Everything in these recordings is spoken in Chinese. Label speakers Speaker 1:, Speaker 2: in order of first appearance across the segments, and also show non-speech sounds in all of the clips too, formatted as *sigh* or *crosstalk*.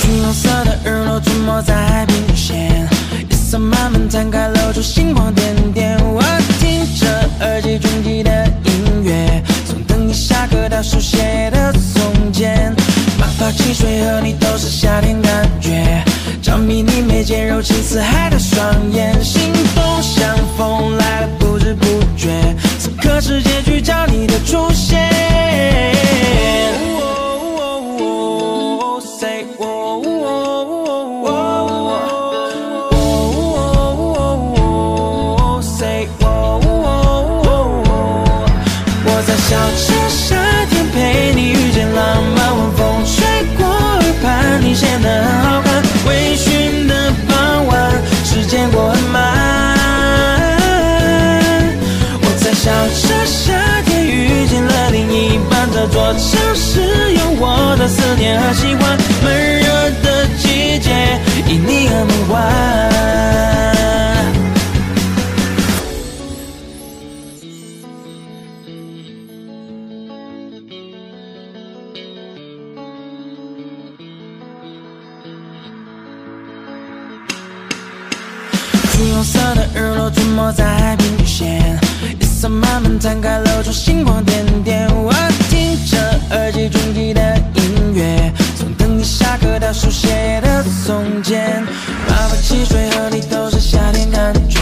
Speaker 1: 金黄色的日落沉没在海平线，夜色慢慢摊开，露出星光点点。我听着耳机中记的音乐，从等你下课到手写的从前，马法汽水和你都是夏天感觉，着迷你眉间柔情似海的双眼，心动像风来了不知不觉，此刻世界聚焦你的出现。Say oh, oh, oh, oh, say oh, oh, oh, oh. 我在小城夏天陪你遇见浪漫，晚风吹过耳畔，你显得很好看。微醺的傍晚，时间过很慢。我在小城夏天遇见了另一半，这座城市有我的思念和喜欢。闷热的季节，因你而梦幻。橘红色的日落沉没在海平线，夜色慢慢摊开，露出星光点点。我听着耳机中记的音乐，从等你下课到手写的从前，爸爸汽水和你都是夏天感觉，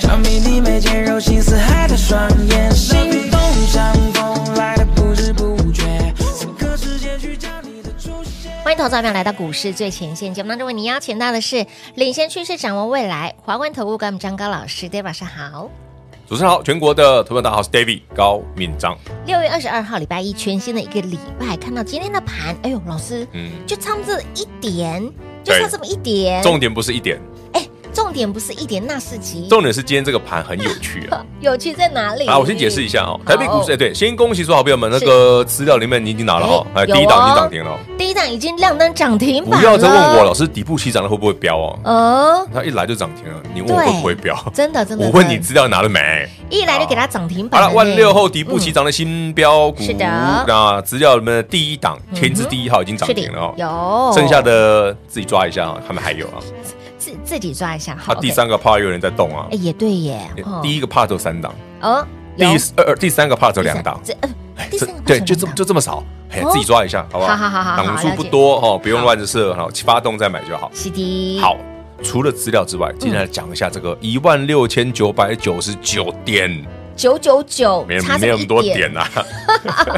Speaker 1: 着迷你眉间柔情似海的双眼，心动像风来的不知不觉，此刻世界聚焦你的出现。
Speaker 2: 欢迎投资者朋友来到股市最前线节目当中，为您邀请到的是领先趋势、掌握未来华冠投顾跟我们张高老师，大家晚上好。
Speaker 3: 主持人好，全国的投票大号是 David 高敏章。
Speaker 2: 六月二十二号礼拜一，全新的一个礼拜，看到今天的盘，哎呦，老师，
Speaker 3: 嗯，
Speaker 2: 就差这么一点，就
Speaker 3: 对
Speaker 2: 差这么一点，
Speaker 3: 重点不是一点，
Speaker 2: 哎，重点不是一点，那是几？
Speaker 3: 重点是今天这个盘很有趣
Speaker 2: *laughs*
Speaker 3: 啊。
Speaker 2: 有趣在哪里？
Speaker 3: 好，我先解释一下哦，台北股市，哎，对，先恭喜所有好朋友们，那
Speaker 2: 是
Speaker 3: 个资料里面你已经拿了哦，
Speaker 2: 哎
Speaker 3: 哎，
Speaker 2: 有
Speaker 3: 第一档已
Speaker 2: 哦
Speaker 3: 经涨停了哦，
Speaker 2: 第一档已经亮灯涨停
Speaker 3: 不
Speaker 2: 板了，
Speaker 3: 要再问我老师底部起涨了会不会飙哦，
Speaker 2: 哦，
Speaker 3: 它一来就涨停了，你问我会不会飙？
Speaker 2: 真的真的，
Speaker 3: 我问你
Speaker 2: 真的
Speaker 3: 资料拿了没？
Speaker 2: 一来就给它涨停
Speaker 3: 好
Speaker 2: 板
Speaker 3: 了，
Speaker 2: 呢
Speaker 3: 万六后底部起涨的新标股，
Speaker 2: 嗯是的嗯
Speaker 3: 那资料里面的第一档天之第一号已经涨
Speaker 2: 是的
Speaker 3: 停了哦，
Speaker 2: 有
Speaker 3: 剩下的自己抓一下啊，他们还有啊，
Speaker 2: 自自己抓一下，好
Speaker 3: 它，第三个 part 有人在动啊
Speaker 2: 哎，也对耶，哦
Speaker 3: 第一个 part 有三档。
Speaker 2: 哦，
Speaker 3: 第
Speaker 2: 有
Speaker 3: 二第三个 part 有两档，
Speaker 2: 这呃
Speaker 3: 哎
Speaker 2: 第
Speaker 3: 这
Speaker 2: 三个
Speaker 3: 对，
Speaker 2: 不是
Speaker 3: 就这
Speaker 2: 两档
Speaker 3: 就这么少，哎
Speaker 2: 哦，
Speaker 3: 自己抓一下，好不
Speaker 2: 好
Speaker 3: 好？
Speaker 2: 好好好好嗯
Speaker 3: 档数
Speaker 2: 了解
Speaker 3: 不多哦，不用乱着设，好，发动再买就好。
Speaker 2: 是的，
Speaker 3: 好，除了资料之外，今天来讲一下这个
Speaker 2: 嗯
Speaker 3: 一万六千九百九十九点，
Speaker 2: 九九九
Speaker 3: 没有，
Speaker 2: 差这么
Speaker 3: 没有
Speaker 2: 一
Speaker 3: 那么多点呐， *laughs*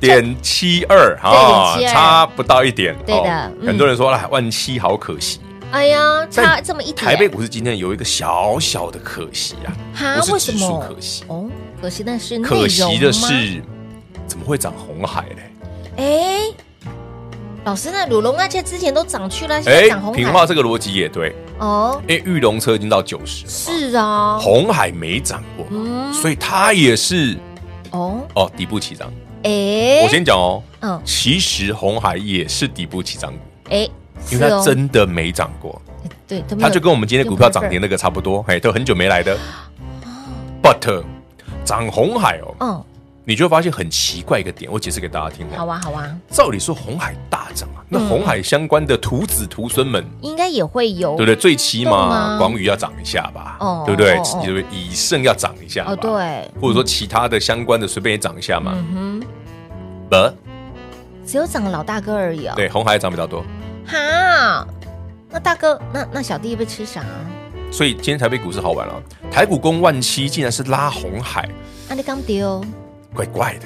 Speaker 3: 点七二啊，
Speaker 2: 对0.72
Speaker 3: 差不到一点。
Speaker 2: 对的
Speaker 3: 哦
Speaker 2: 嗯
Speaker 3: 很多人说哎，万七好可惜。
Speaker 2: 哎呀，差
Speaker 3: 但
Speaker 2: 这么一点，
Speaker 3: 台北股市今天有一个小小的可惜啊，
Speaker 2: 哈
Speaker 3: 不
Speaker 2: 为什
Speaker 3: 是指数
Speaker 2: 么
Speaker 3: 可惜，
Speaker 2: 哦，可惜但是内容吗
Speaker 3: 可惜的，是怎么会涨红海嘞？
Speaker 2: 哎，老师那鲁龙那些之前都涨去了，现在
Speaker 3: 哎
Speaker 2: 涨，红
Speaker 3: 平
Speaker 2: 海
Speaker 3: 话这个逻辑也对，
Speaker 2: 哦，
Speaker 3: 因为玉龙车已经到九十，
Speaker 2: 是啊，
Speaker 3: 红海没涨过，
Speaker 2: 嗯
Speaker 3: 所以它也是
Speaker 2: 哦，
Speaker 3: 哦底部起涨。
Speaker 2: 哎，
Speaker 3: 我先讲哦，
Speaker 2: 嗯，
Speaker 3: 其实红海也是底部起涨股，
Speaker 2: 哎，是
Speaker 3: 因为它
Speaker 2: 哦
Speaker 3: 真的没涨过，
Speaker 2: 对，都没有
Speaker 3: 它就跟我们今天股票涨停
Speaker 2: 用
Speaker 3: 那个差不多，哎，都很久没来的。But
Speaker 2: 哦
Speaker 3: 涨红海哦，
Speaker 2: 嗯，
Speaker 3: 你就会发现很奇怪一个点，我解释给大家听
Speaker 2: 好
Speaker 3: 哦。
Speaker 2: 啊，好啊，
Speaker 3: 照理说红海大涨啊，那
Speaker 2: 嗯
Speaker 3: 红海相关的徒子徒孙们。
Speaker 2: 应该也会有，
Speaker 3: 对不对？最起
Speaker 2: 动吗
Speaker 3: 码广宇要涨一下吧，
Speaker 2: 哦
Speaker 3: 对不对
Speaker 2: 哦哦？
Speaker 3: 就是以盛要涨一下吧，
Speaker 2: 哦，对，
Speaker 3: 或者说其他的相关的随便也涨一下嘛。
Speaker 2: 嗯哼，
Speaker 3: 不、
Speaker 2: 只有涨老大哥而已哦，
Speaker 3: 对，红海涨比较多，
Speaker 2: 哈，那大哥，那那小弟被吃啥？啊
Speaker 3: 所以今天台北股市好玩了、台股攻万七竟然是拉红海，
Speaker 2: 啊，你刚丢，
Speaker 3: 怪怪的。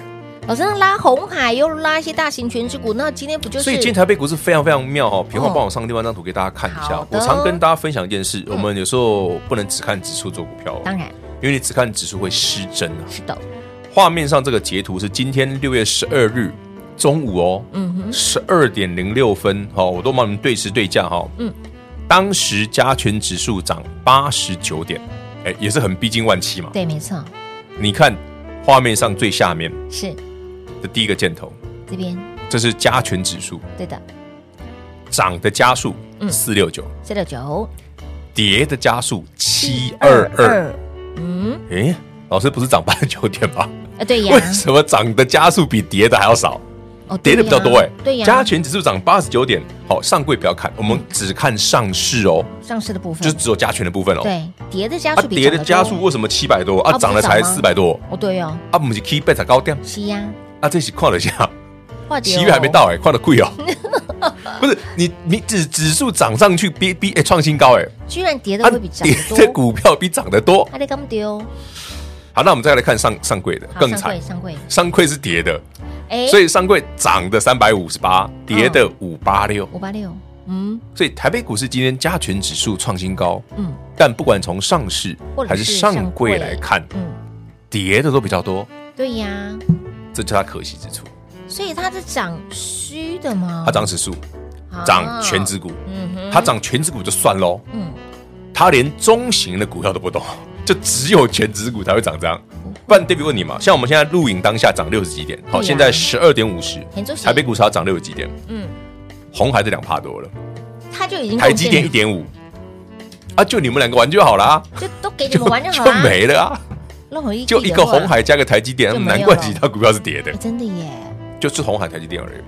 Speaker 2: 老师那拉红海又拉一些大型全职股，那今天不就是？
Speaker 3: 所以今天台北股市非常非常妙哦。平话
Speaker 2: 哦
Speaker 3: 帮我上另外一张图给大家看一下
Speaker 2: 好。的嗯
Speaker 3: 我常跟大家分享一件事，我们有时候不能只看指数做股票、哦，
Speaker 2: 当然
Speaker 3: 因为你只看指数会失真啊。
Speaker 2: 是的，
Speaker 3: 画面上这个截图是今天六月十二日中午哦，
Speaker 2: 嗯哼，
Speaker 3: 十二点零六分，好，我都帮你们对时对价哈。
Speaker 2: 嗯，
Speaker 3: 当时加权指数涨八十九点，哎，也是很逼近万七嘛。
Speaker 2: 对，没错，
Speaker 3: 你看画面上最下面
Speaker 2: 是
Speaker 3: 的第一个箭头，
Speaker 2: 这边
Speaker 3: 这是加权指数
Speaker 2: 对的，
Speaker 3: 涨的加速
Speaker 2: 嗯
Speaker 3: 四六九，
Speaker 2: 四六九
Speaker 3: 跌的加速七二二。，
Speaker 2: 嗯，
Speaker 3: 哎，老师不是涨八十九点吗？
Speaker 2: 啊，对呀
Speaker 3: 为，什么涨的加速比跌的还要少？
Speaker 2: 哦，
Speaker 3: 跌的比较多哎、
Speaker 2: 对呀，
Speaker 3: 加权指数涨八十九点，好，上柜不要看，我们只看上市哦，
Speaker 2: 上市的部分
Speaker 3: 就是只有加权的部分哦。
Speaker 2: 嗯对跌的加
Speaker 3: 啊，
Speaker 2: 速比
Speaker 3: 跌
Speaker 2: 涨
Speaker 3: 的
Speaker 2: 多
Speaker 3: 加速为什么七百多
Speaker 2: 啊
Speaker 3: 啊？
Speaker 2: 不是
Speaker 3: 涨了才
Speaker 2: 涨吗
Speaker 3: 四百多
Speaker 2: 哦，对哦，
Speaker 3: 啊？不是 key 被才高点
Speaker 2: 是呀，
Speaker 3: 啊？这是看了一
Speaker 2: *laughs*
Speaker 3: 下，
Speaker 2: 化跌
Speaker 3: 七月还没，到哎，看的
Speaker 2: *laughs*
Speaker 3: 贵哦。不是你你指指数涨上去，比比哎创新高哎，
Speaker 2: 居然跌的
Speaker 3: 啊
Speaker 2: 会比涨
Speaker 3: 跌
Speaker 2: 得
Speaker 3: 的
Speaker 2: 多，啊
Speaker 3: 股票比涨得多。
Speaker 2: 还得刚丢，
Speaker 3: 好，那我们再来看上上柜的
Speaker 2: 哦好
Speaker 3: 更
Speaker 2: 上
Speaker 3: 惨
Speaker 2: 柜，上柜，
Speaker 3: 上柜是跌的，
Speaker 2: 哎，
Speaker 3: 所以上柜涨的三百五十八，跌的
Speaker 2: 嗯
Speaker 3: 五八六。
Speaker 2: 五八六，嗯
Speaker 3: 所以台北股市今天加权指数创新高，
Speaker 2: 嗯
Speaker 3: 但不管从上市
Speaker 2: 或者
Speaker 3: 还是
Speaker 2: 是
Speaker 3: 上柜
Speaker 2: 上柜
Speaker 3: 来看，
Speaker 2: 嗯，
Speaker 3: 跌的都比较多，
Speaker 2: 对呀，
Speaker 3: 这就是它可惜之处。
Speaker 2: 所以它是涨虚的吗？
Speaker 3: 它涨指数，
Speaker 2: 啊
Speaker 3: 涨全指，股，
Speaker 2: 嗯哼，
Speaker 3: 它涨全指股就算喽，
Speaker 2: 嗯，
Speaker 3: 它连中型的股票都不动，就只有全指股才会涨这样。不然 David 问你嘛，像我们现在录影当下涨六十几点，
Speaker 2: 对
Speaker 3: 好，
Speaker 2: 啊
Speaker 3: 现在十二点五十
Speaker 2: 很周，期
Speaker 3: 台北股市要涨六十几点，
Speaker 2: 嗯，
Speaker 3: 红海这两帕多了，
Speaker 2: 它就已经
Speaker 3: 台积电一
Speaker 2: 贡
Speaker 3: 点五，啊，就你们两个玩就好啦，
Speaker 2: 献了就都给你
Speaker 3: 就
Speaker 2: 们玩就好
Speaker 3: *laughs* 就
Speaker 2: 啦，
Speaker 3: 没了啊。
Speaker 2: 漏口一地
Speaker 3: 就一个
Speaker 2: 的话
Speaker 3: 红，海加个台积电
Speaker 2: 就，没有
Speaker 3: 难怪
Speaker 2: 了
Speaker 3: 其他股票是跌的
Speaker 2: 哎，真的耶，
Speaker 3: 就是红海、台积电而已。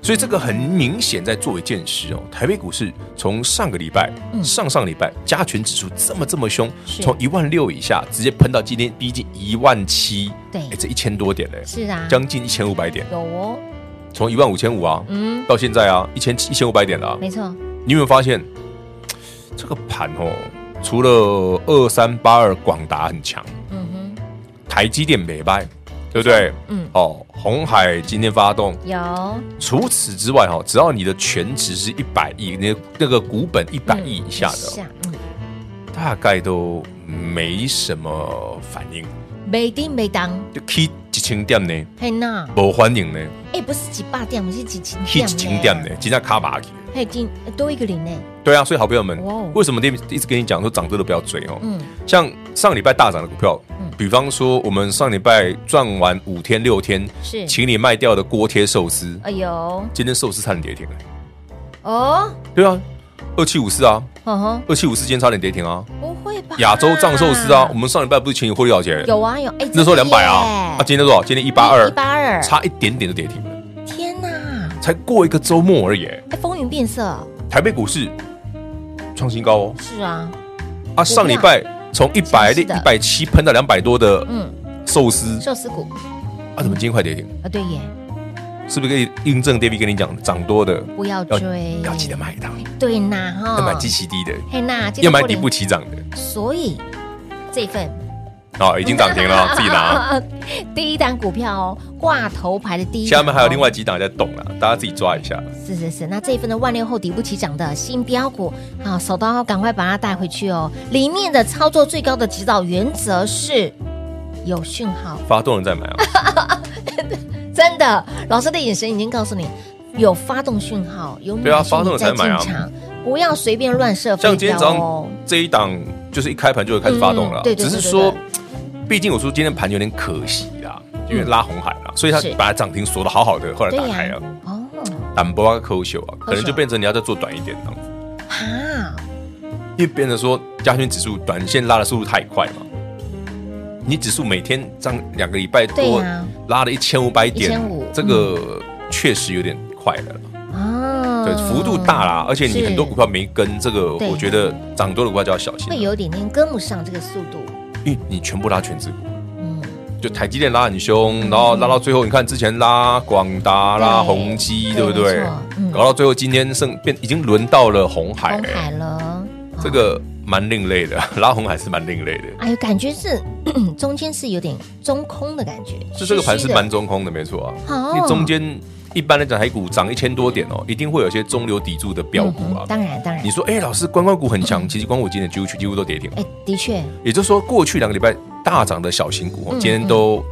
Speaker 3: 所以这个很明显在做一件事哦，台北股市从上个礼拜、
Speaker 2: 嗯
Speaker 3: 上上礼拜加权指数这么这么凶，
Speaker 2: 是
Speaker 3: 从一万六以下直接喷到今天逼近一万七，
Speaker 2: 对
Speaker 3: 哎，这一千多点嘞，
Speaker 2: 是啊，
Speaker 3: 将近一千五百点，
Speaker 2: 有哦，
Speaker 3: 从一万五千五啊，
Speaker 2: 嗯，
Speaker 3: 到现在啊一千一千五百点了啊、
Speaker 2: 没错，
Speaker 3: 你有没有发现这个盘哦，除了二三八二广达很强，
Speaker 2: 嗯哼，
Speaker 3: 台积电没败，对不对？
Speaker 2: 嗯，
Speaker 3: 哦，红海今天发动。
Speaker 2: 有，
Speaker 3: 除此之外，哈，只要你的全值是一百亿，那那个股本一百亿以下的，哦
Speaker 2: 下，嗯，
Speaker 3: 大概都没什么反应。
Speaker 2: 没丁没当，
Speaker 3: 就 K 一千点呢，
Speaker 2: 嘿呐，
Speaker 3: 无反应呢
Speaker 2: 哎，不是几霸店，我们是几千
Speaker 3: ，K 一
Speaker 2: 店
Speaker 3: 千点呢，，今天卡巴去。
Speaker 2: 嘿，今多一个零呢，
Speaker 3: 对啊，所以好朋友们
Speaker 2: 哇哦，
Speaker 3: 为什么 David 一直跟你讲说涨多的不要追哦？
Speaker 2: 嗯，
Speaker 3: 像上礼拜大涨的股票
Speaker 2: 嗯，
Speaker 3: 比方说我们上礼拜赚完五天六天，
Speaker 2: 是
Speaker 3: 请你卖掉的锅贴寿司，
Speaker 2: 哎呦，
Speaker 3: 今天寿司差点跌停了。
Speaker 2: 哦，
Speaker 3: 对啊，二七五四啊，
Speaker 2: 呵呵，
Speaker 3: 二七五四今天差点跌停啊。
Speaker 2: 不会吧？
Speaker 3: 亚洲藏寿司啊，我们上礼拜不是请你获利了结？
Speaker 2: 有啊有，哎，
Speaker 3: 那时候两百啊，啊，今天多少？今天一八二
Speaker 2: 一，八二，
Speaker 3: 差一点点就跌停了，
Speaker 2: 天哪，
Speaker 3: 才过一个周末而已。欸
Speaker 2: 哎，风云变色，
Speaker 3: 台北股市创新高哦，
Speaker 2: 是啊，
Speaker 3: 啊，上礼拜从一百
Speaker 2: 是
Speaker 3: 一
Speaker 2: 的
Speaker 3: 百七喷到两百多的
Speaker 2: 嗯，
Speaker 3: 寿司，
Speaker 2: 寿司股
Speaker 3: 啊，怎么今天快跌停？
Speaker 2: 啊，对耶，
Speaker 3: 是不是可以印证 David 跟你讲的，涨多的
Speaker 2: 不要
Speaker 3: 要
Speaker 2: 追，
Speaker 3: 要记得买它，
Speaker 2: 对呐哈，
Speaker 3: 要买基期低的，
Speaker 2: 嘿呐，嗯记得
Speaker 3: 要买
Speaker 2: 过
Speaker 3: 底
Speaker 2: 年
Speaker 3: 部起涨的
Speaker 2: 所以这份
Speaker 3: 啊，已经涨停
Speaker 2: *laughs*
Speaker 3: 了，自己
Speaker 2: 哦
Speaker 3: 拿。啊
Speaker 2: 第一档股票哦，挂头牌的第一档哦、
Speaker 3: 下面还有另外几档在动了，大家自己抓
Speaker 2: *laughs*
Speaker 3: 一下。
Speaker 2: 是是是，那这一份的万六后底部起涨的新标股，好手刀赶快把它带回去哦。里面的操作最高的指导原则是有讯号，
Speaker 3: 发动了再买啊，
Speaker 2: 真的，老师的眼神已经告诉你。有发动讯号，有
Speaker 3: 对啊
Speaker 2: 买讯
Speaker 3: 发动了
Speaker 2: 再
Speaker 3: 才
Speaker 2: 进
Speaker 3: 买啊
Speaker 2: 场，不要随便乱射飞
Speaker 3: 像今天
Speaker 2: 镖
Speaker 3: 早
Speaker 2: 哦
Speaker 3: 上。这一档，就是一开盘就会开始发动了
Speaker 2: 嗯
Speaker 3: 啊，
Speaker 2: 对对对
Speaker 3: 只是
Speaker 2: 对
Speaker 3: 说
Speaker 2: 对，嗯
Speaker 3: 毕竟我说今天盘有点可惜啦，因为拉红海啦，所以它
Speaker 2: 是
Speaker 3: 把它涨停锁的好好的，后来打
Speaker 2: 对
Speaker 3: 开啊
Speaker 2: 呀、
Speaker 3: 了，
Speaker 2: 哦，
Speaker 3: 胆波啊扣秀啊，可能
Speaker 2: 扣
Speaker 3: 就
Speaker 2: 手
Speaker 3: 变成你要再做短一点这样子，
Speaker 2: 哈，
Speaker 3: 因为变成说加权指数短线拉的速度太快嘛，你指数每天涨两个礼拜
Speaker 2: 对啊
Speaker 3: 多
Speaker 2: 呀
Speaker 3: 拉了一千五百点
Speaker 2: 1500，
Speaker 3: 这个确实有点快了啦。
Speaker 2: 啊，
Speaker 3: 对，幅度大啦，而且你
Speaker 2: 是
Speaker 3: 很多股票没跟，这个
Speaker 2: 对啊
Speaker 3: 我觉得涨多的股票就要小心了，
Speaker 2: 会有点点跟不上这个速度。
Speaker 3: 因为你全部拉全指股。
Speaker 2: 嗯，
Speaker 3: 就台积电拉很凶，然后拉到最后，你看之前拉广达、拉
Speaker 2: 对
Speaker 3: 宏基，
Speaker 2: 对
Speaker 3: 对不对
Speaker 2: 没错？嗯
Speaker 3: 搞到最后，今天剩变已经轮到了红海
Speaker 2: 红，海了，
Speaker 3: 哎这个蛮另类的， *laughs* 拉红海是蛮另类的，
Speaker 2: 哎呦，感觉是 *clears throat* 中间是有点中空的感觉，
Speaker 3: 就这个盘
Speaker 2: 虚虚
Speaker 3: 是
Speaker 2: 的哦
Speaker 3: 蛮中空的，没错啊。
Speaker 2: 好，
Speaker 3: 因为中间一般来讲，台股涨一千多点哦，一定会有些中流砥柱的标股
Speaker 2: 嗯
Speaker 3: 啊
Speaker 2: 哼。当然嗯当然
Speaker 3: 你，说，哎，老师，观光股很强，其实光我今天几乎几乎都跌停，
Speaker 2: 哎，的确
Speaker 3: 也就是说，过去两个礼拜大涨的小型股哦，
Speaker 2: 嗯
Speaker 3: 今天都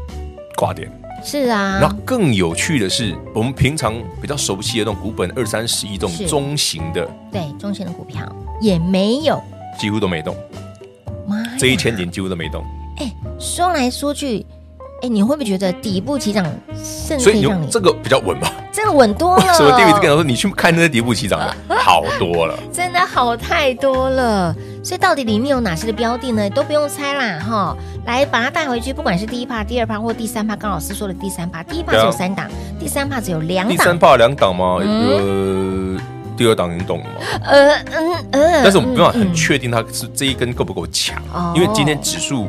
Speaker 3: 挂点，
Speaker 2: 是啊
Speaker 3: 那，更有趣的是，我们平常比较熟悉的那种股本二三十亿这
Speaker 2: 是
Speaker 3: 种中型的，
Speaker 2: 对中型的股票也没有，
Speaker 3: 几乎都没动，
Speaker 2: 妈呀
Speaker 3: 这一千点几乎都没动。
Speaker 2: 哎，说来说去，哎，你会不会觉得底部起涨甚至
Speaker 3: 所
Speaker 2: 可
Speaker 3: 以
Speaker 2: 以
Speaker 3: 你
Speaker 2: 让
Speaker 3: 就
Speaker 2: 你
Speaker 3: 这个比较稳吧？
Speaker 2: 这个稳多
Speaker 3: *laughs*
Speaker 2: 了？
Speaker 3: 什么 David 跟我说你去看那些底部起涨
Speaker 2: *laughs*
Speaker 3: 的，好多了。
Speaker 2: 真的好太多了。所以到底里面有哪些的标的呢？都不用猜啦，哈，来把它带回去。不管是第一趴、第二趴或第三趴，刚老师说的第三趴，第一趴
Speaker 3: 对啊
Speaker 2: 只有三档，第三趴只有两
Speaker 3: 第三
Speaker 2: 档。
Speaker 3: 怕两档嘛，呃，第二档已经动了嘛，
Speaker 2: 呃嗯呃，
Speaker 3: 但是我们没办法
Speaker 2: 嗯
Speaker 3: 很
Speaker 2: 嗯
Speaker 3: 确定它是这一根够不够强
Speaker 2: 哦，
Speaker 3: 因为今天指数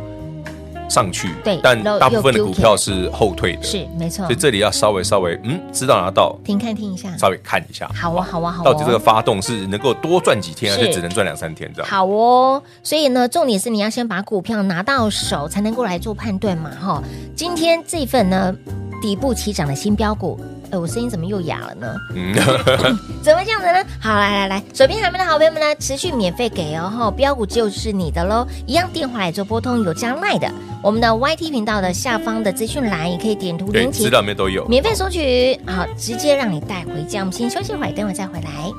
Speaker 3: 上去
Speaker 2: 对，
Speaker 3: 但
Speaker 2: 然后
Speaker 3: 大部分的
Speaker 2: 又
Speaker 3: 股票是后退的，所
Speaker 2: 是嗯没错
Speaker 3: 以。这里要稍微稍微嗯，知道拿到，
Speaker 2: 停看听一下，
Speaker 3: 稍微看一下，
Speaker 2: 嗯好啊好啊好啊。
Speaker 3: 到底这个发动是能够多赚几天，还
Speaker 2: 是
Speaker 3: 是只能赚两三天这样？
Speaker 2: 好哦，所以呢，重点是你要先把股票拿到手，才能够来做判断嘛，哈。今天这份呢底部起涨的新标股，哎，我声音怎么又哑了呢？
Speaker 3: 嗯， *laughs*
Speaker 2: 怎么这样子呢？好，来来来，手边还没的好朋友们呢，持续免费给哦，哈，标股就是你的喽，一样电话来做拨通，有加赖的，我们的 YT 频道的下方的资讯栏也可以点图
Speaker 3: 对，
Speaker 2: 连
Speaker 3: 资
Speaker 2: 接。
Speaker 3: 料里面都有。
Speaker 2: 免费索取，好，直接让你带回家。我们先休息一会儿，等会儿再回来。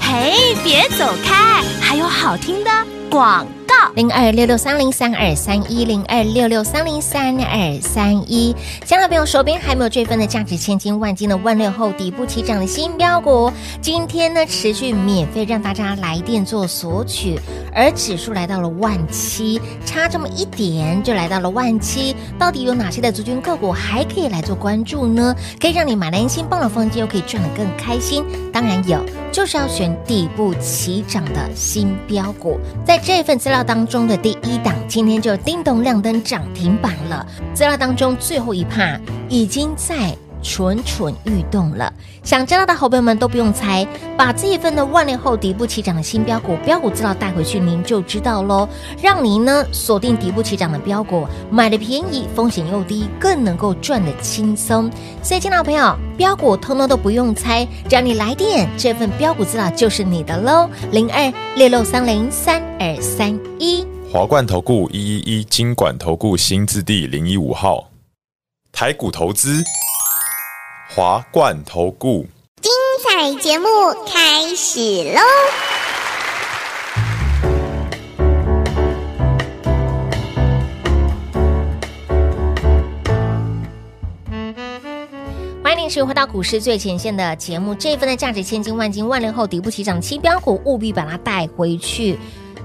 Speaker 4: 嘿，别走开，还有好听的广告。
Speaker 2: 零二六六三零三二三一零二六六三零三二三一。亲爱的朋友，手边还没有这份的价值千金万金的万六后底部起涨的新标股，今天呢持续免费让大家来电做索取，而指数来到了万七，差这么一点就来到了万七，到底有哪些的族群个股还可以来做关注呢？可以让你买的安心，帮了房间又可以赚得更开心，当然有。就是要选底部起涨的新标股。在这份资料当中的第一档，今天就叮咚亮灯涨停板了。资料当中最后一趴已经在。蠢蠢欲动了，想知道的好朋友们都不用猜，把这一份的万年后底部起涨的新标股标股资料带回去，您就知道喽。让您呢锁定底部起涨的标股，买的便宜，风险又低，更能够赚得轻松。所以，亲爱的朋友，标股通通都不用猜，只要你来电，这份标股资料就是你的喽。零二六六三零三二三一。
Speaker 5: 华冠投顾一一一金管投顾新字第零一五号，台股投资，华冠投顾。
Speaker 6: 彩节目开始喽！
Speaker 2: 欢迎您持续回到股市最前线的节目。这一份的价值千金万金，万年后底部起涨期标股，务必把它带回去。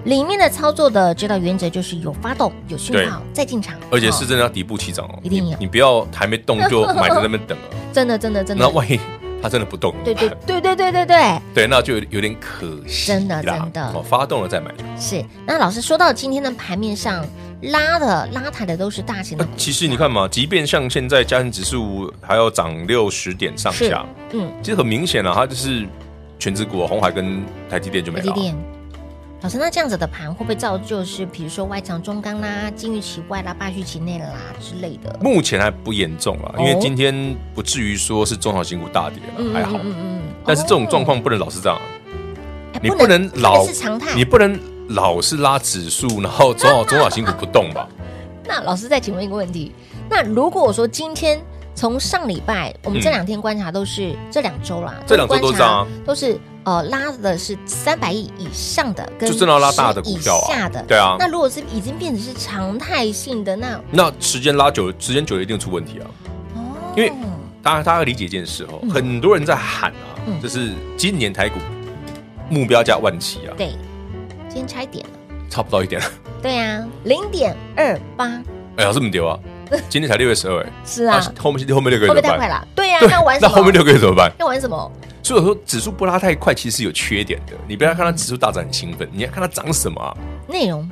Speaker 2: 里面的操作的指导原则就是有发动、有讯号再进场，
Speaker 3: 而且是
Speaker 2: 哦
Speaker 3: 真的要底部起涨哦，
Speaker 2: 一定
Speaker 3: 你
Speaker 2: 有
Speaker 3: 你不要还没动就买在那边等了，
Speaker 2: 真的、真的、 *laughs* 真的
Speaker 3: 那，万一它真的不动怎么
Speaker 2: 对对
Speaker 3: 办，
Speaker 2: 对对对对对。
Speaker 3: 对，那就有有点可惜啦，
Speaker 2: 真的真的
Speaker 3: 哦，发动了再买。
Speaker 2: 是，那老师说到今天的盘面上拉的拉抬的都是大型的
Speaker 3: 那
Speaker 2: 股，
Speaker 3: 其实你看嘛，即便像现在加权指数还要涨六十点上
Speaker 2: 是
Speaker 3: 下，
Speaker 2: 嗯，
Speaker 3: 其实很明显了、啊，它就是全指股、红海跟台积电就没
Speaker 2: 台
Speaker 3: 了
Speaker 2: 积
Speaker 3: 啊。
Speaker 2: 电。老师，那这样子的盘会不会造就是，比如说外强中干啦、金玉其外啦、败絮其内啦之类的？
Speaker 3: 目前还不严重啊，
Speaker 2: 哦
Speaker 3: 因为今天不至于说是中小型股大跌了，还好。
Speaker 2: 嗯
Speaker 3: 但是这种状况不能老是这样啊，
Speaker 2: 哎
Speaker 3: 你不能老
Speaker 2: 这个是常态
Speaker 3: 你。不能老是拉指数，然
Speaker 2: *laughs*
Speaker 3: 后中小中小型股不动吧？
Speaker 2: 那老师再请问一个问题，那如果我说今天从上礼拜，我们这
Speaker 3: 嗯
Speaker 2: 两天观察都是、这两周啦，
Speaker 3: 这两周都
Speaker 2: 观
Speaker 3: 这样啊
Speaker 2: 察都是呃拉的是三百亿以上的，跟
Speaker 3: 就真的要拉大的
Speaker 2: 10
Speaker 3: 股票
Speaker 2: 以
Speaker 3: 啊
Speaker 2: 下的，，
Speaker 3: 对啊。
Speaker 2: 那如果是已经变成是常态性的，那
Speaker 3: 那时间拉久，时间久了一定出问题啊。
Speaker 2: 哦，
Speaker 3: 因为大家大家要理解一件事哦，很多人在喊啊
Speaker 2: 嗯，
Speaker 3: 就是今年台股目标价万七啊，
Speaker 2: 对，今天差一点了，
Speaker 3: 差不到一点 *laughs* 了。
Speaker 2: 对啊，零点二八，
Speaker 3: 哎呀，这么
Speaker 2: *laughs*
Speaker 3: 丢啊！今天才六月十二，哎，
Speaker 2: 是啊，
Speaker 3: 那后面后面六
Speaker 2: 会
Speaker 3: 个
Speaker 2: 不会
Speaker 3: 月怎
Speaker 2: 太
Speaker 3: 么
Speaker 2: 快
Speaker 3: 办？
Speaker 2: 了？对啊，
Speaker 3: 对
Speaker 2: 那玩，什
Speaker 3: 那
Speaker 2: 么？
Speaker 3: 后面六个月怎么办？
Speaker 2: 要玩什么？
Speaker 3: 所以我说指数不拉太快，其实有缺点的。你不要看它指数大涨很兴奋，你要看它涨什么啊？
Speaker 2: 内容，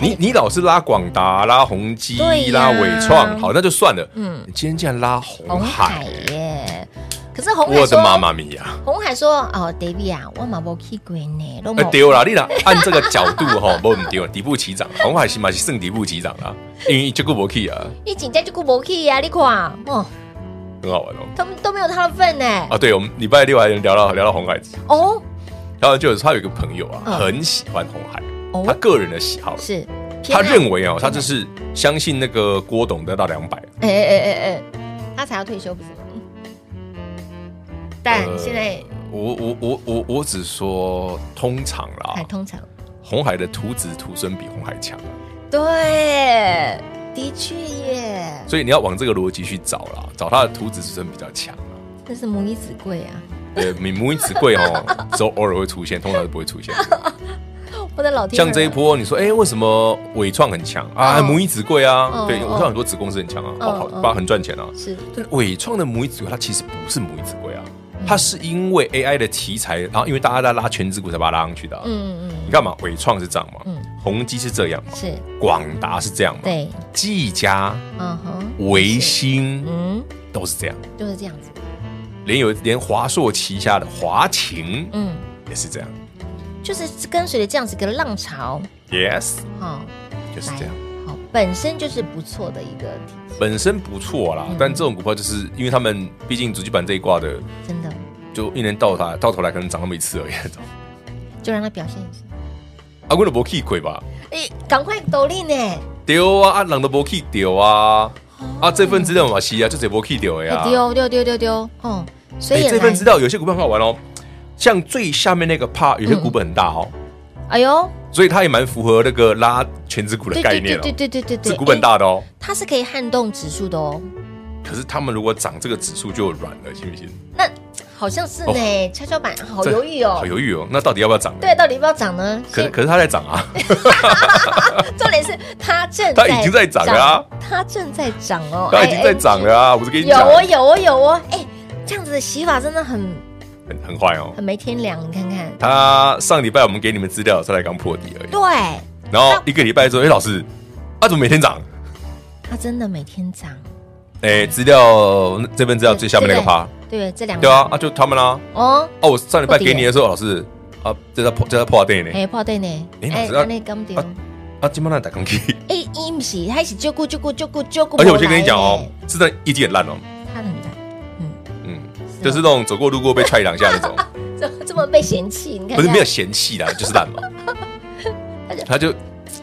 Speaker 3: 你你老是拉广达、拉宏基
Speaker 2: 对、呀
Speaker 3: 拉伟创，好，那就算了。
Speaker 2: 嗯，
Speaker 3: 你今天竟然拉红
Speaker 2: 红海
Speaker 3: 海，
Speaker 2: 耶。可是红海
Speaker 3: 我的
Speaker 2: 说，
Speaker 3: 妈妈咪呀！
Speaker 2: 红海说，哦，David 啊，我嘛无去过呢，都
Speaker 3: 呃
Speaker 2: 没，
Speaker 3: 丢啦！你俩按这个角度 *laughs* 哈，不唔丢，底部起涨，红海起码是剩底部起涨啦，因为这个我 key 啊，
Speaker 2: 你紧张就顾不去啊，你看，哦，
Speaker 3: 很好玩哦。
Speaker 2: 他们都没有他的份呢，
Speaker 3: 啊，对，我们礼拜六还聊到聊到红海，
Speaker 2: 哦，
Speaker 3: 然后就是他有一个朋友啊，
Speaker 2: 嗯
Speaker 3: 很喜欢红海，
Speaker 2: 哦
Speaker 3: 他个人的喜好，
Speaker 2: 是，
Speaker 3: 他
Speaker 2: 偏爱
Speaker 3: 认为哦，他就是相信那个郭董得到两百，
Speaker 2: 哎哎哎哎哎，他才要退休，不是吗？但
Speaker 3: 呃
Speaker 2: 现在
Speaker 3: 我我我我我只说通常啦
Speaker 2: 还，通常
Speaker 3: 红海的徒子徒孙比红海强，
Speaker 2: 对，的确耶，
Speaker 3: 所以你要往这个逻辑去找啦，找他的徒子徒孙比较强啦。
Speaker 2: 那是母以子贵啊！
Speaker 3: 呃，母母以子贵哦， *laughs* 只有偶尔会出现，通常是不会出现。
Speaker 2: 啊我的老天，啊
Speaker 3: 像这一，波，你说，哎、为什么伟创很强啊？
Speaker 2: 嗯
Speaker 3: 母以子贵啊，
Speaker 2: 嗯
Speaker 3: 对，
Speaker 2: 嗯
Speaker 3: 我看很多子公司很强啊，好好，
Speaker 2: 嗯
Speaker 3: 爸很赚钱啊。
Speaker 2: 是
Speaker 3: 但伟创的母以子贵，它其实不是母以子贵啊，
Speaker 2: 嗯
Speaker 3: 它是因为 AI 的题材，然后因为大家在拉全指股才把它拉上去的、啊。
Speaker 2: 嗯嗯
Speaker 3: 你看嘛，伟创是这样嘛，
Speaker 2: 嗯
Speaker 3: 宏基是这样嘛，
Speaker 2: 是，
Speaker 3: 广达是这样嘛，
Speaker 2: 对，
Speaker 3: 技嘉、
Speaker 2: 嗯哼，
Speaker 3: 维新
Speaker 2: 嗯，
Speaker 3: 都是这样，
Speaker 2: 就是这样子，
Speaker 3: 连有连华硕旗下的华擎
Speaker 2: 嗯，
Speaker 3: 也是这样
Speaker 2: 就是跟随着这样子一个浪潮，
Speaker 3: ，yes，
Speaker 2: 哈、
Speaker 3: 就是
Speaker 2: 来
Speaker 3: 这样。，
Speaker 2: 好，本身就是不错的一个体系，
Speaker 3: 本身不错
Speaker 2: 嗯
Speaker 3: 啦，但这种股票就是因为他们毕竟主机板这一挂的，
Speaker 2: 真的，
Speaker 3: 就一年到头来到头来可能涨那么一次
Speaker 2: *laughs*
Speaker 3: 而已。啊
Speaker 2: 就让它表现一下。
Speaker 3: 阿贵的博 key 鬼吧，
Speaker 2: 哎，赶快抖力呢，
Speaker 3: 丢啊，阿朗的博 key 丢啊，啊这份资料嘛是啊，就这博 key 丢呀。
Speaker 2: 哎丢丢丢丢丢，哦，所以
Speaker 3: 哎
Speaker 2: 也
Speaker 3: 这份资
Speaker 2: 来，
Speaker 3: 料有些股票很好玩哦，像最下面那个怕有些股本很大哦，
Speaker 2: 哎呦，
Speaker 3: 所以它也蛮符合那个拉全指股的
Speaker 2: 对
Speaker 3: 概
Speaker 2: 对对
Speaker 3: 念哦，
Speaker 2: 对对对对对，
Speaker 3: 是股本大的哦。
Speaker 2: 哎，它是可以撼动指数的哦。
Speaker 3: 可是他们如果涨这个指数就软了，信不信？
Speaker 2: 那好像是呢，跷跷板好
Speaker 3: 哦这
Speaker 2: 犹豫哦
Speaker 3: 好，犹豫哦。那到底要不要涨？
Speaker 2: 对，到底要不要涨呢？
Speaker 3: 可是
Speaker 2: 现
Speaker 3: 可是它在涨啊， *laughs*
Speaker 2: 重点是它正
Speaker 3: 它已经在涨了啊
Speaker 2: 涨它正在涨哦，
Speaker 3: 它已经在涨了啊！我是
Speaker 2: 哎。
Speaker 3: 跟
Speaker 2: 哎
Speaker 3: 你讲，
Speaker 2: 有哦，有哦，有哦，哎，这样子的洗法真的很
Speaker 3: 很很坏哦。
Speaker 2: 很没天良，你看看，
Speaker 3: 他上礼拜我们给你们资料，他才刚破底而已。
Speaker 2: 对，
Speaker 3: 然后一个礼拜之后，哎，老师，他怎么每天涨？
Speaker 2: 它真的每天涨。
Speaker 3: 哎，资料这份资料最下面那个趴，
Speaker 2: 对，这两个
Speaker 3: 对啊，啊就他们啦。
Speaker 2: 哦，
Speaker 3: 哦，我上礼拜给你的时候，老师啊，这在破这在破底呢。
Speaker 2: 哎，不对呢，
Speaker 3: 哎老师啊
Speaker 2: 安尼讲对
Speaker 3: 啊。啊，今晚那打钢去。
Speaker 2: 哎，伊不是，他是照顾照顾照顾照顾。欸
Speaker 3: 而且我先跟你讲哦，，是在业绩很烂哦，
Speaker 2: 他很难，
Speaker 3: 嗯，
Speaker 2: 啊
Speaker 3: 就是那种走过路过被踹两下那种，
Speaker 2: 怎么这么被嫌弃？你看，
Speaker 3: 不是没有，嫌弃啦，就是烂嘛。
Speaker 2: *laughs*
Speaker 3: 他就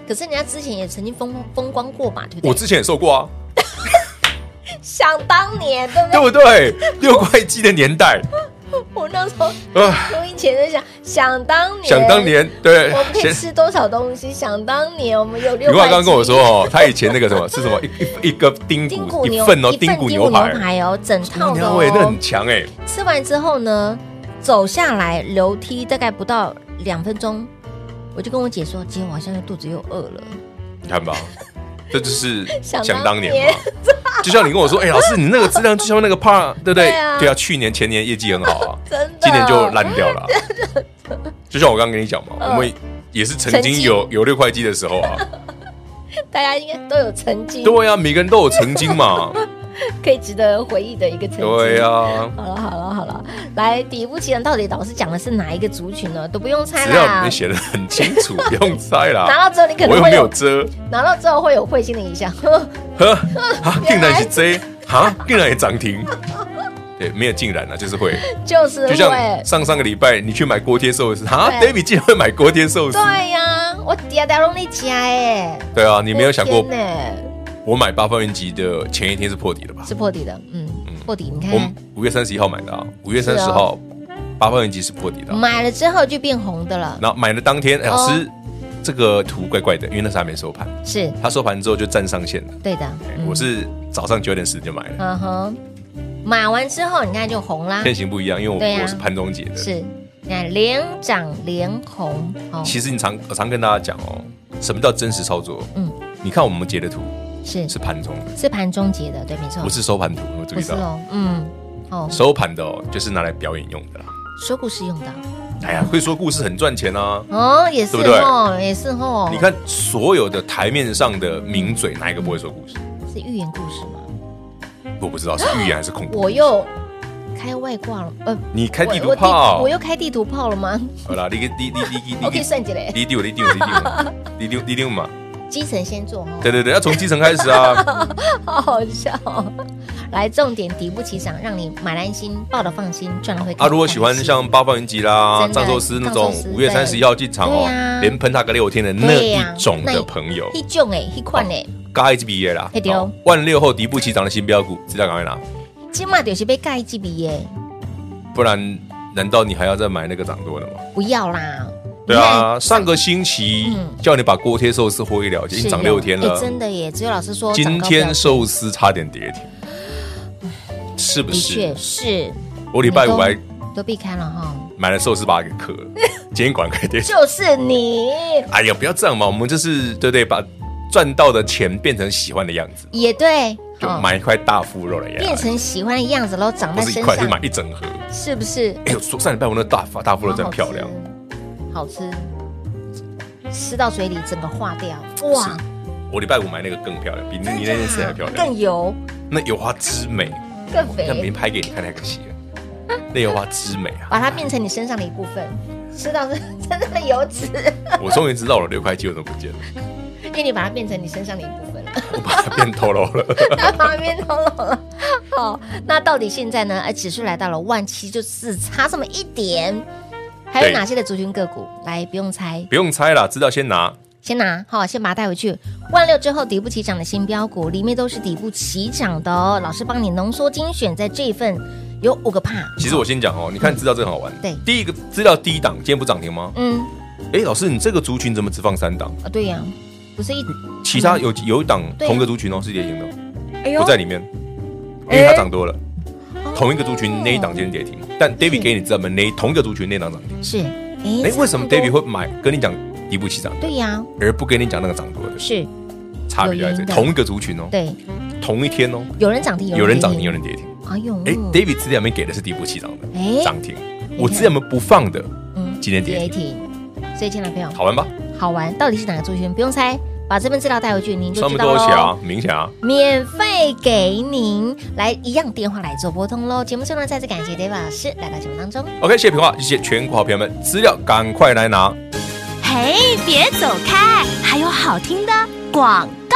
Speaker 2: 可是人家之前也曾经风风光过嘛，对不
Speaker 3: 我
Speaker 2: 对？
Speaker 3: 之前也受过啊，
Speaker 2: 想当年，对不
Speaker 3: 对
Speaker 2: 对？
Speaker 3: 不对？六块鸡的年代，
Speaker 2: 我那时候
Speaker 3: 啊，
Speaker 2: 录音前就想，想当年，
Speaker 3: 想当，年， *laughs* 对，
Speaker 2: 我们可以
Speaker 3: 先
Speaker 2: 吃多少东西？想当年，我们有
Speaker 3: 你
Speaker 2: 六
Speaker 3: 爸
Speaker 2: 块。
Speaker 3: 刚刚跟我说，哦，他以前那个什么是什么一一一个丁
Speaker 2: 筋
Speaker 3: 骨
Speaker 2: 骨
Speaker 3: 一
Speaker 2: 牛
Speaker 3: 份哦，
Speaker 2: 一份
Speaker 3: 丁骨
Speaker 2: 筋
Speaker 3: 牛
Speaker 2: 骨牛
Speaker 3: 排，
Speaker 2: 排哦，整套的
Speaker 3: 牛
Speaker 2: 哦
Speaker 3: 喂，。那很强哎，
Speaker 2: 吃完之后呢，走下来楼梯大概不到两分钟，我就跟我姐说，姐，我好像又肚子又饿了。
Speaker 3: 你看吧，这就是
Speaker 2: 想
Speaker 3: 想当
Speaker 2: 当
Speaker 3: 年哦嘛。就像你跟我说，哎，老师，你那个质量就像那个胖，对不对
Speaker 2: 对啊？
Speaker 3: 对啊，去年前年业绩很好啊，
Speaker 2: *laughs* 真的，哦
Speaker 3: 今年就烂掉了啊。 *laughs* 就像我刚刚跟你讲嘛，
Speaker 2: 嗯
Speaker 3: 我们也是曾
Speaker 2: 曾
Speaker 3: 经
Speaker 2: 经
Speaker 3: 有有六块鸡的时候
Speaker 2: *laughs*
Speaker 3: 啊，
Speaker 2: 大家应该都有曾经
Speaker 3: 对啊，每个人都有曾经
Speaker 2: *laughs*
Speaker 3: 嘛，
Speaker 2: 可以值得回忆的一个曾经。
Speaker 3: 对啊。
Speaker 2: 好了好了好了，来底部奇人到底老师讲的是哪一个族群呢？都不用猜
Speaker 3: 只要你
Speaker 2: 啦
Speaker 3: 们，写的很清楚，不用猜
Speaker 2: *laughs*
Speaker 3: 啦。
Speaker 2: 拿到之后你可
Speaker 3: 我
Speaker 2: 能
Speaker 3: 又
Speaker 2: 会
Speaker 3: 没有
Speaker 2: 有，
Speaker 3: 遮，
Speaker 2: 拿到之后会有会心的影响。
Speaker 3: 呵，
Speaker 2: *laughs*
Speaker 3: 哈，竟
Speaker 2: 原
Speaker 3: 然
Speaker 2: 来
Speaker 3: 是 J，哈，竟然也涨
Speaker 2: *laughs*
Speaker 3: 停。对，没有竟然啊，就是会，
Speaker 2: 就是
Speaker 3: 就
Speaker 2: 会
Speaker 3: 像，上上个礼拜你去买锅贴寿司，哈
Speaker 2: 对
Speaker 3: ，David 竟然会买锅贴寿司，
Speaker 2: 对啊呀、我嗲嗲容你加哎，
Speaker 3: 对啊，你没有想过
Speaker 2: 天呢？
Speaker 3: 我买八方云集的前一天是破底的吧？
Speaker 2: 是破底的，嗯，破底，你看
Speaker 3: 我们五月三十一号买的啊，五月三十
Speaker 2: 是哦
Speaker 3: 号八方云集是破底的啊，
Speaker 2: 买了之后就变红的了，
Speaker 3: 然后买的当天，哎老
Speaker 2: 哦
Speaker 3: 师这个图怪怪的，因为那时候还没收盘，
Speaker 2: 是
Speaker 3: 它收盘之后就站上线了，
Speaker 2: 对的
Speaker 3: 哎，
Speaker 2: 嗯
Speaker 3: 我，是早上九点十就买了。
Speaker 2: 嗯哼，买完之后你看就红啦，
Speaker 3: 天型不一样，因为
Speaker 2: 对
Speaker 3: 我
Speaker 2: 啊
Speaker 3: 我是潘中杰的，
Speaker 2: 是，你看连涨连红，哦，
Speaker 3: 其实你常我常跟大家讲哦，什么叫真实操作？
Speaker 2: 嗯
Speaker 3: 嗯，你看我们截的图
Speaker 2: 是
Speaker 3: 是盘中的，
Speaker 2: 是盘终结的，对，没错，
Speaker 3: 不是收盘图，有没有注
Speaker 2: 不
Speaker 3: 意
Speaker 2: 是
Speaker 3: 到？
Speaker 2: 哦，嗯，哦，
Speaker 3: 收盘的哦，就是拿来表演用的啦。
Speaker 2: 说故事用到，
Speaker 3: 哎呀，会说故事很赚钱啊！
Speaker 2: 嗯哦，也是
Speaker 3: 对不对
Speaker 2: 哦，也是哦，
Speaker 3: 你看所有的台面上的名嘴，哪一个不会说故事？
Speaker 2: 是寓言故事吗？
Speaker 3: 我不知道是预言还是恐怖。
Speaker 2: 我又开外挂了，呃，
Speaker 3: 你开
Speaker 2: 我
Speaker 3: 地图
Speaker 2: 我
Speaker 3: 炮
Speaker 2: 我，又开地图炮了吗
Speaker 3: 好啦，你个你你你
Speaker 2: *laughs*
Speaker 3: 你
Speaker 2: ？OK，算起来，
Speaker 3: 你丢你丢你丢你丢你丢嘛！
Speaker 2: 基层先做哦。
Speaker 3: 对对对，要从基层开始啊！
Speaker 2: *laughs* 好好笑、哦。来，重点底部起涨，让你买了安心，抱得放心，赚了会更
Speaker 3: 啊，如果喜欢
Speaker 2: *laughs* 开心
Speaker 3: 像八方云集啦、
Speaker 2: 真的
Speaker 3: 藏寿司那
Speaker 2: 藏
Speaker 3: 种
Speaker 2: 寿司
Speaker 3: 五月三十一号进场
Speaker 2: 对
Speaker 3: 哦
Speaker 2: 啊，
Speaker 3: 连喷他个六天的那
Speaker 2: 对
Speaker 3: 一
Speaker 2: 呀
Speaker 3: 种
Speaker 2: 那一
Speaker 3: 的朋友，
Speaker 2: 一种哎，一款哎，
Speaker 3: 该一起毕业啦
Speaker 2: 嘿对哦！
Speaker 3: 万六后底部起涨的新标股，知道赶快拿。
Speaker 2: 起码就是被盖几笔耶，
Speaker 3: 不然难道你还要再买那个涨多的吗？
Speaker 2: 不要啦。
Speaker 3: 对
Speaker 2: 你看，
Speaker 3: 啊，上个星期
Speaker 2: 嗯
Speaker 3: 叫你把锅贴寿司获利了结，已
Speaker 2: 是
Speaker 3: 经涨
Speaker 2: 有
Speaker 3: 六天
Speaker 2: 哎
Speaker 3: 了，
Speaker 2: 真的耶。只有老师说长
Speaker 3: 今
Speaker 2: 高不
Speaker 3: 天
Speaker 2: 要
Speaker 3: 寿司差点跌停，是不
Speaker 2: 的确
Speaker 3: 是？
Speaker 2: 是
Speaker 3: 我礼拜五还
Speaker 2: 都避开了哈，
Speaker 3: 买了寿司把它给磕了，今天管快跌停。
Speaker 2: *laughs* 就是你
Speaker 3: 哎呀，不要这样嘛，我们就是对不对？把赚到的钱变成喜欢的样子，
Speaker 2: 也对，
Speaker 3: 就
Speaker 2: 哦
Speaker 3: 买一块大腹肉来
Speaker 2: 变
Speaker 3: 呀，
Speaker 2: 成喜欢的样子，然后长
Speaker 3: 不
Speaker 2: 在
Speaker 3: 是一
Speaker 2: 身
Speaker 3: 块，是
Speaker 2: 上，
Speaker 3: 买一整盒。
Speaker 2: 是不是？
Speaker 3: 哎呦，说上礼拜我那大大腹肉真的漂亮，
Speaker 2: 好好吃，好吃，吃到嘴里整个化掉，哇，
Speaker 3: 我礼拜五买那个更漂亮，比你你那件事还漂亮
Speaker 2: 更。油
Speaker 3: 那油花之美，
Speaker 2: 更
Speaker 3: 那没
Speaker 2: 肥，
Speaker 3: 拍给你看太可惜了。那油花之美啊！
Speaker 2: 把它变成你身上的一部分，吃到 *laughs* 是身上的油脂，
Speaker 3: 我终于知道我的六块肌为什么不见了，
Speaker 2: 因为你把它变成你身上的一部分了。
Speaker 3: 我把它变透露了。
Speaker 2: *laughs* 旁边都漏了。好，那到底现在呢？哎，指数来到了万七，就只差这么一点。还有
Speaker 3: 对
Speaker 2: 哪些的族群个股？来，不用猜，
Speaker 3: 不用猜了，知道先拿。
Speaker 2: 先拿好，先把它带回去。万六之后底部起涨的新标股，里面都是底部起涨的哦。老师帮你浓缩精选，在这一份有五个帕。
Speaker 3: 其实我先讲哦，你看资料真好玩。
Speaker 2: 对
Speaker 3: 第一个资料第一档，今天不涨停吗？
Speaker 2: 嗯，
Speaker 3: 哎，老师，你这个族群怎么只放三档？
Speaker 2: 啊，对呀、不是一，
Speaker 3: 其他有有一档
Speaker 2: 对啊
Speaker 3: 同个族群哦，是跌停的，
Speaker 2: 哎
Speaker 3: 不在里面，因为它涨多了。
Speaker 2: 哦
Speaker 3: 同一个族群那一档今天跌停，但 David 给你知道吗？那同一个族群那一档涨停。
Speaker 2: 是，
Speaker 3: 哎
Speaker 2: 哎，
Speaker 3: 为什
Speaker 2: 差
Speaker 3: 么
Speaker 2: 不
Speaker 3: David
Speaker 2: 多
Speaker 3: 会买跟你讲底部起涨，
Speaker 2: 对呀、
Speaker 3: 而不跟你讲那个涨多的？
Speaker 2: 是
Speaker 3: 差别就在
Speaker 2: 有
Speaker 3: 这
Speaker 2: 原因
Speaker 3: 里，
Speaker 2: 的
Speaker 3: 同一个族群哦，
Speaker 2: 对，
Speaker 3: 同一天哦，
Speaker 2: 有人涨停，
Speaker 3: 有人涨停，
Speaker 2: 跌
Speaker 3: 有人跌停。
Speaker 2: 哎呦，
Speaker 3: 哎，David 资料里面给的是底部起涨
Speaker 2: 哎
Speaker 3: 的涨停，我资料里面不放的，
Speaker 2: 嗯
Speaker 3: 今天跌停
Speaker 2: 停，所以，亲爱的朋友，
Speaker 3: 好玩吧？
Speaker 2: 好玩，到底是哪个族群？不用猜，把这份资料带回去，您就
Speaker 3: 上
Speaker 2: 知
Speaker 3: 面
Speaker 2: 道
Speaker 3: 都有写
Speaker 2: 喽
Speaker 3: 啊。，明显啊。
Speaker 2: 免费给您，来一样电话来做拨通喽。节目最后呢，再次感谢 David 老师来到节目当中。
Speaker 3: OK，谢谢平话，谢谢全国好朋友们，资料赶快来拿。
Speaker 4: 嘿，别走开，还有好听的广告。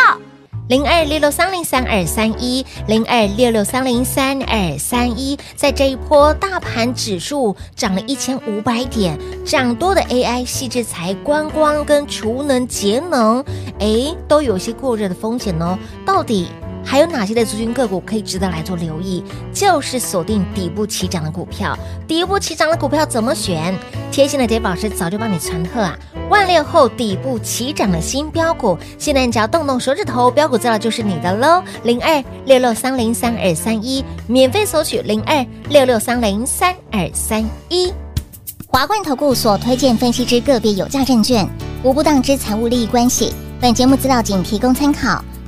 Speaker 2: 零二六六三零三二三一，零二六六三零三二三一，在这一波大盘指数涨了一千五百点，涨多的 AI、细制材、观光跟储能、节能，哎，都有一些过热的风险哦。到底还有哪些的族群个股可以值得来做留意？就是锁定底部起涨的股票，底部起涨的股票怎么选？贴心的 Dave 老师早就帮你传贺啊，万六后底部起涨的新标股，现在你只要动动手指头，标股资料就是你的喽。零二六六三零三二三一，免费索取零二六六三零三二三一。
Speaker 6: 华冠投顾所推荐分析之个别有价证券，无不当之财务利益关系。本节目资料仅提供参考，